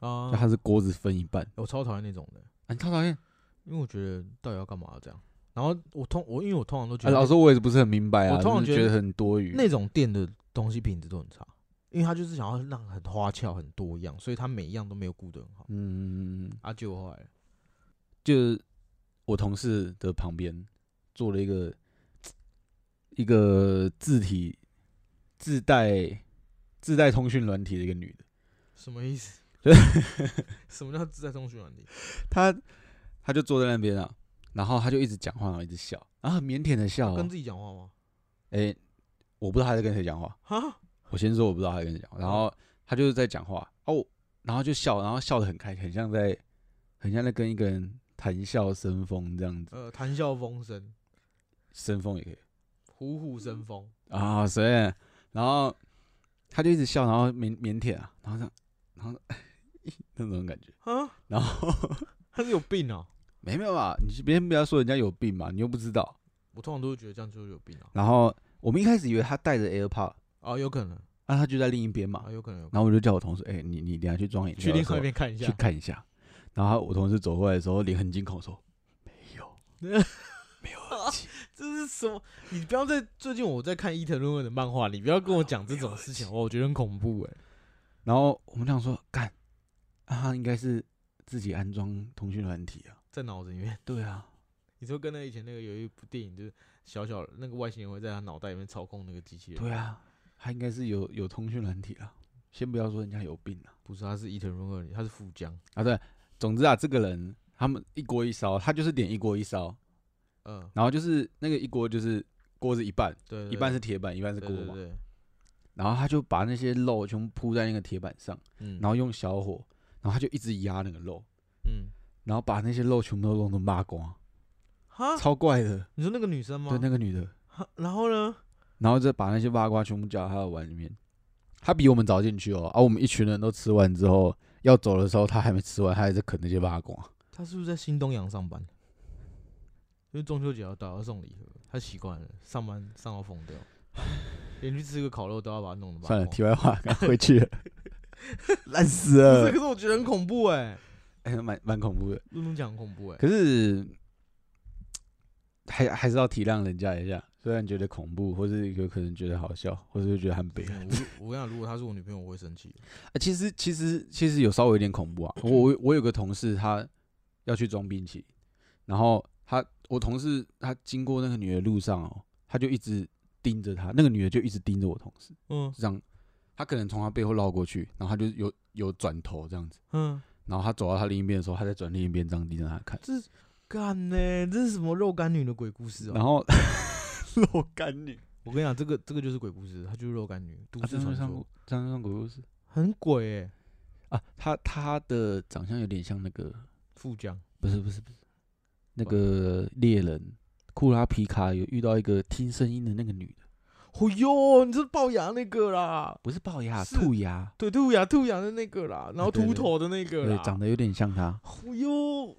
啊
就，它是锅子分一半，啊
我啊超讨厌那种的，
很超讨厌。
因为我觉得到底要干嘛这样。然后我通我因为我通常都觉
啊，
得
老实说，我也是不是很明白啊，
我通常
就是
觉
觉
得
得很多余。
那种店的东西品质都很差，因为他就是想要让很花俏、很多样，所以他每一样都没有顾得很好。
嗯，
啊，结果后来
就是我同事的旁边做了一个一个字体自带自带通讯软体的一个女的。
什么意思
就？
什么叫自在通讯软体？
他他就坐在那边啊，然后他就一直讲话，然后一直笑，然后很腼腆的笑、
跟
哦。
自己讲话吗？
哎、我不知道他在跟谁讲话，
哈，
我先说我不知道他在跟谁讲话，然后他就是在讲话哦，然后就笑，然后笑得很开心，很像在很像在跟一个人谈笑生风这样子，
呃，谈笑风生，
生风也可以
虎虎生风。
啊，所以然后他就一直笑，然后腼腼腆啊，然后这样，然后 那种感觉，
啊，
然后
他是有病啊！
没有啊，你别人不要说人家有病嘛，你又不知道，
我通常都会觉得这样就是有病啊。
然后我们一开始以为他带着 AirPod，
啊，有可能
啊，他就在另一边嘛
啊，。有可能有可能。
然后我就叫我同事，哎、你你等下去装饮
去
料
另
的时候
外一边看一下
去。看一下。然后他我同事走过来的时候，脸很惊恐，说没有，
这是什么？你不要在最近我在看伊藤润二的漫画，你不要跟我讲这种事
哎
情，哇，哦我觉得很恐怖哎、
然后我们想说，干，啊，他应该是自己安装通讯软体啊。
在脑子里面。
对啊，
你说跟那以前那个有一部电影，就是小小那个外星人会在他脑袋里面操控那个机器人。
对，啊，他应该是有有通讯软体啊。先不要说人家有病啊，
不是，他是伊藤润二，他是富江。
啊对，总之啊，这个人他们一锅一烧，他就是点一锅一烧，
嗯、
然后就是那个一锅就是锅子一半，
对
一半是铁板，一半是
对
锅
对
嘛。
对，
然后他就把那些肉全部铺在那个铁板上，
嗯，
然后用小火，然后他就一直压那个肉，
嗯，
然后把那些肉全部都弄成麻光，
哈，
超怪的。
你说那个女生吗？
对，那个女的，
哈然后呢？
然后再把那些麻瓜全部搅到她的碗里面。她比我们早进去哦，而、我们一群人都吃完之后要走的时候，她还没吃完，她还在啃那些麻瓜。
他是不是在新东阳上班？因为中秋节要到，要送礼盒，他习惯了上班 上到疯掉，连去吃个烤肉都要把它弄得
算了，
麻
题外话，赶快回去了。烂死
不是，
了
可，是我觉得很恐怖哎、
哎，蛮蛮恐怖的。
露露讲很恐怖哎、
可是还还是要体谅人家一下，虽然觉得恐怖，或是有可能觉得好笑，或是觉得很悲。
嗯我我跟你讲，如果她是我女朋友，我会生气。
啊，其实其实其实有稍微有点恐怖啊。我我我有个同事，他要去装兵器，然后他我同事他经过那个女的路上哦，他就一直盯着她，那个女的就一直盯着我同事，
嗯
就这样，他可能从他背后绕过去，然后他就有有转头这样子，
嗯，
然后他走到他另一边的时候，他再转另一边这样盯着他看，
这是干呢、这是什么肉干女的鬼故事哦、
然后肉干女，
我跟你讲，这个这个就是鬼故事，她就是肉干女，都
啊，
市传
张
说
上，张上鬼故事
很鬼哎、
啊，他他的长相有点像那个，
副将
不是不是不是，那个猎人库拉皮卡有遇到一个听声音的那个女的，
哦哟，你这龅牙那个啦，
不是龅牙，
是
兔牙，
对，兔牙兔牙的那个啦，然后
对
秃
对
头的那个
对，
啦，
长得有点像他。
哦哟。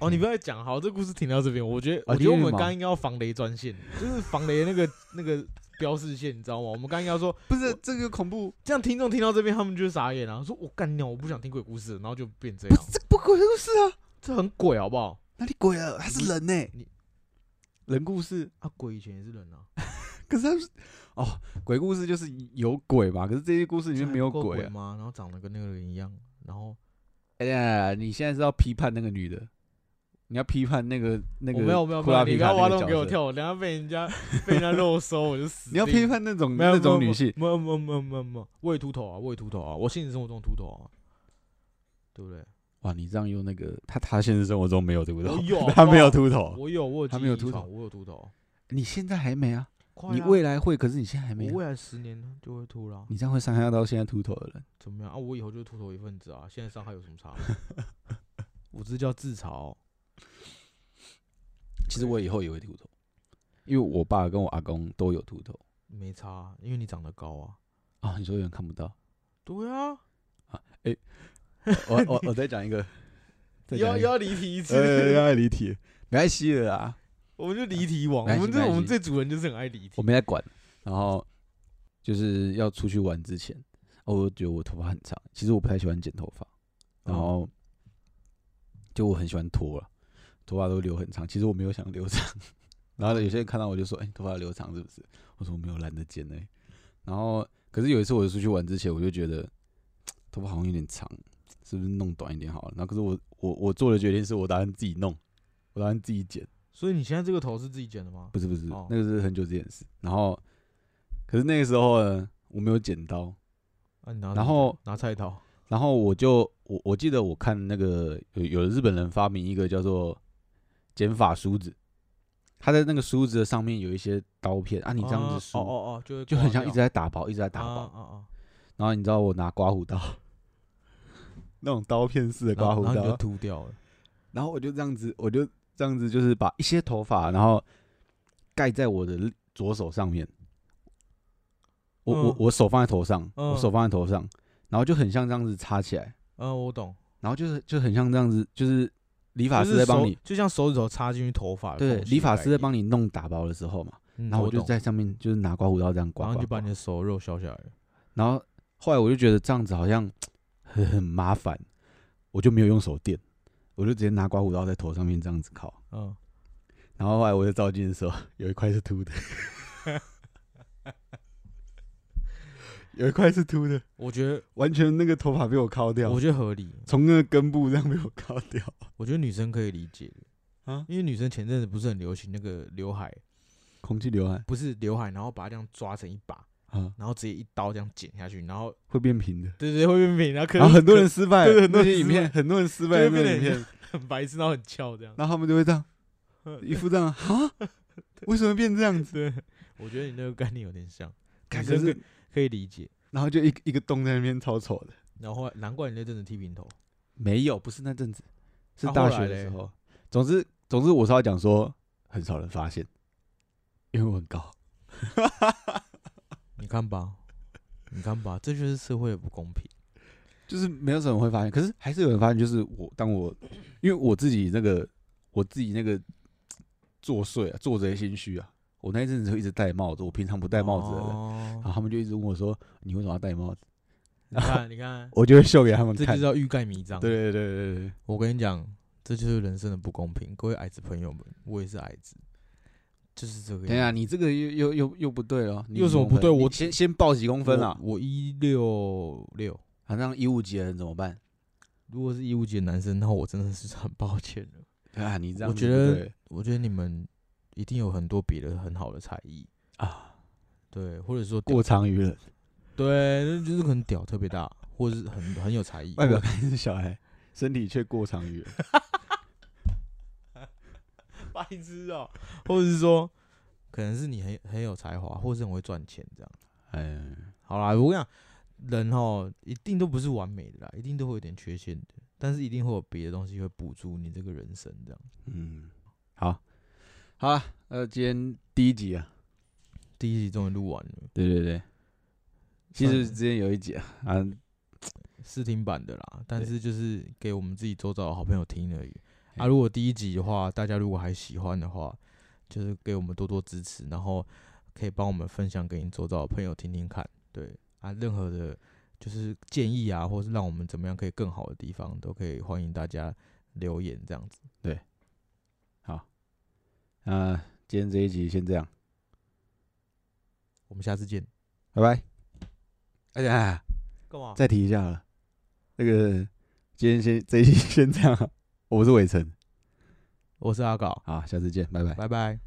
哦，你不要再讲，好，这故事停到这边，我觉得，
啊
我觉得我
你有
们
吗
刚刚应该要防雷专线，就是防雷那个 那个标示线，你知道吗？我们刚刚应该说，
不是这个恐怖，
这样听众听到这边，他们就傻眼了、啊，说我干掉，我不想听鬼故事，然后就变这
不
样
是，这不鬼故事啊，
这很鬼好不好？
哪里鬼了？他是人呢、
你
人故事，
啊，鬼以前也是人啊，
可是他是哦，鬼故事就是有鬼吧？可是这些故事里面没有
这还不够
鬼
鬼
啊。
吗？然后长得跟那个人一样，然后
哎呀，你现在是要批判那个女的，你要批判那个那个
我没有没有
库
没
拉
有，你
皮
不
卡
要挖
那个
洞
角
给我
色
跳，我等下被人家被人家肉搜，我就死定了。
你要批判那种
没有
那种女性，
没有没有没有没有没有，我也秃头啊，我也秃头啊，我现实生活中秃头啊，对不对？
哇，你这样用那个他他现实生活中没有秃头
我，有
他没有
好
秃
不好
头，
我有我有
他
记
没有
忆
秃
场
头
我有秃头，
你现在还没啊？
快
你
啊
未来会，可是你现在还没
我
啊、
未来十年就会秃了啊，
你这样会伤害到现在秃头的人。
怎么样啊？我以后就是秃头一份子啊，现在伤害有什么差吗？ 我这叫自嘲，
其实我以后也会秃头，因为我爸跟我阿公都有秃头
没差啊，因为你长得高啊。
啊。你说有人看不到？
对啊，
我我我再讲一个，再
又要
讲一
又
个，
要离题一次，
呃，要离题，没关系的啊，
我们就离题王，
没
我
关系
们
没
这
关
我们
系
这主人就是很爱离题
哎我。没在管。然后就是要出去玩之前，哦，我觉得我头发很长，其实我不太喜欢剪头发。然
哦
后就我很喜欢拖了，头发都留很长。其实我没有想留长， 然后有些人看到我就说：“哎、你头发留长是不是？”我说：“我没有懒得剪呢、然后，可是有一次我出去玩之前，我就觉得头发好像有点长，是不是弄短一点好了？然后，可是我我我做的决定是我打算自己弄，我打算自己剪，
所以你现在这个头是自己剪的吗？
不是不是，
哦
那个是很久之前的事。然后，可是那个时候呢，我没有剪刀，
啊，你拿
然
什么
后
拿菜刀，
然后我就我我记得我看那个有有日本人发明一个叫做剪发梳子，它在那个梳子的上面有一些刀片啊，你这样
啊
子梳、
哦哦哦，就会
就
刮
很像一
掉
直在打薄，一直在打薄。
啊啊啊，
然后你知道我拿刮胡刀，那种刀片式的
然
刮
后
胡
然后你就
刀，
秃掉了，
然后我就这样子，我就这样子，就是把一些头发，然后盖在我的左手上面。我、我
嗯
我手放在头上，我
嗯
手放在头上，然后就很像这样子插起来。
嗯，我懂，
然后就是就很像这样子，就是理发
就
师
是
在帮
手
你，
就像手指头插进去头发的
对，
缝隙
理
的
发
概
师在
念
帮你弄打包的时候嘛，
嗯
然后我就
懂
在上面就是拿刮胡刀这样刮，
然后你就
刮
把你
刮
的手肉削下来了，
然后后来我就觉得这样子好像很很麻烦，我就没有用手电，我就直接拿刮胡刀在头上面这样子烤，
嗯，
然后后来我就照镜的时候， 有一块是秃的，有一块是秃的，
我觉得
完全那个头发被我烤掉
我，觉得合理，
从那个根部这样被我烤掉
我觉得女生可以理解的，
啊，
因为女生前阵子不是很流行那个刘海，
空气刘海
不是刘海，然后把它这样抓成一把，
啊
然后直接一刀这样剪下去，然后
会变平的。
对对会变平，然后可
然
能
后很多
可
人失败，
对很多
那
人
些
失
影片
败
很多人失
就
败的
会
那
变
个
得
影
很
片，
很白痴，然后很翘这样。
然后他们就会这样，一副这样啊，为什么变这 样子？
对，我觉得你那个概念有点像，
看
女
可
生
是
可，可以理解。
然后就一个一个洞在那边，超丑的。
然后后来难怪你那阵子剃平头，
没有，不是那阵子，是
啊
大
后
学
来
的时
嘞
候。总之，总之，我是要讲说，很少人发现，因为我很高。
你看吧，你看吧，这就是社会的不公平。
就是没有什么会发现，可是还是有人发现。就是我当我因为我自己那个我自己那个作祟啊，做贼心虚啊。我那一阵子就一直戴帽子，我平常不戴帽子的人，然
哦
后他们就一直问我说：“你为什么要戴帽子？”
你看，你 看，
我就会秀给他们
这
看
就。叫欲盖弥彰。，
对对对对对，
我跟你讲，这就是人生的不公平。各位矮子朋友们，我也是矮子，就是这个
等一
样
下，你这个又又又又不对了，你
又
几
什么
公
不
分
对
你
我
先先报几公
子。
分啊？
我一六六，
好像一五级的人怎么办？
如果是义务级的男生，那我真的是很抱歉了。
对啊，你这样
我
子
觉
不
得
对
我觉得你们一定有很多别的很好的才艺，
啊，
对，或者说屌
过长于人，
对，就是可能屌特别大，或者是很很有才艺。
外表看似小孩， 身体却过长于人。
白痴哦、或者是说，可能是你很很有才华，或者是很会赚钱这样。
哎，
好啦，我跟你讲，人哦，一定都不是完美的啦，一定都会有点缺陷的，但是一定会有别的东西会补足你这个人生这样。
嗯，好，好啊，那今天第一集啊，
第一集终于录完了，
对对对，其实之前有一集啊，啊
试听版的啦，但
对
是就是给我们自己周遭的好朋友听而已。啊，
嘿
如果第一集的话，大家如果还喜欢的话，就是给我们多多支持，然后可以帮我们分享给你周遭的朋友听听看。对啊，任何的就是建议啊，或是让我们怎么样可以更好的地方，都可以欢迎大家留言这样子。
那今天这一集先这样，
我们下次见。
拜拜。哎呀，
干嘛？
再提一下了，那个今天先这一集先这样啊，我是伟成，
我是阿搞，
好，下次见，拜拜。
拜拜。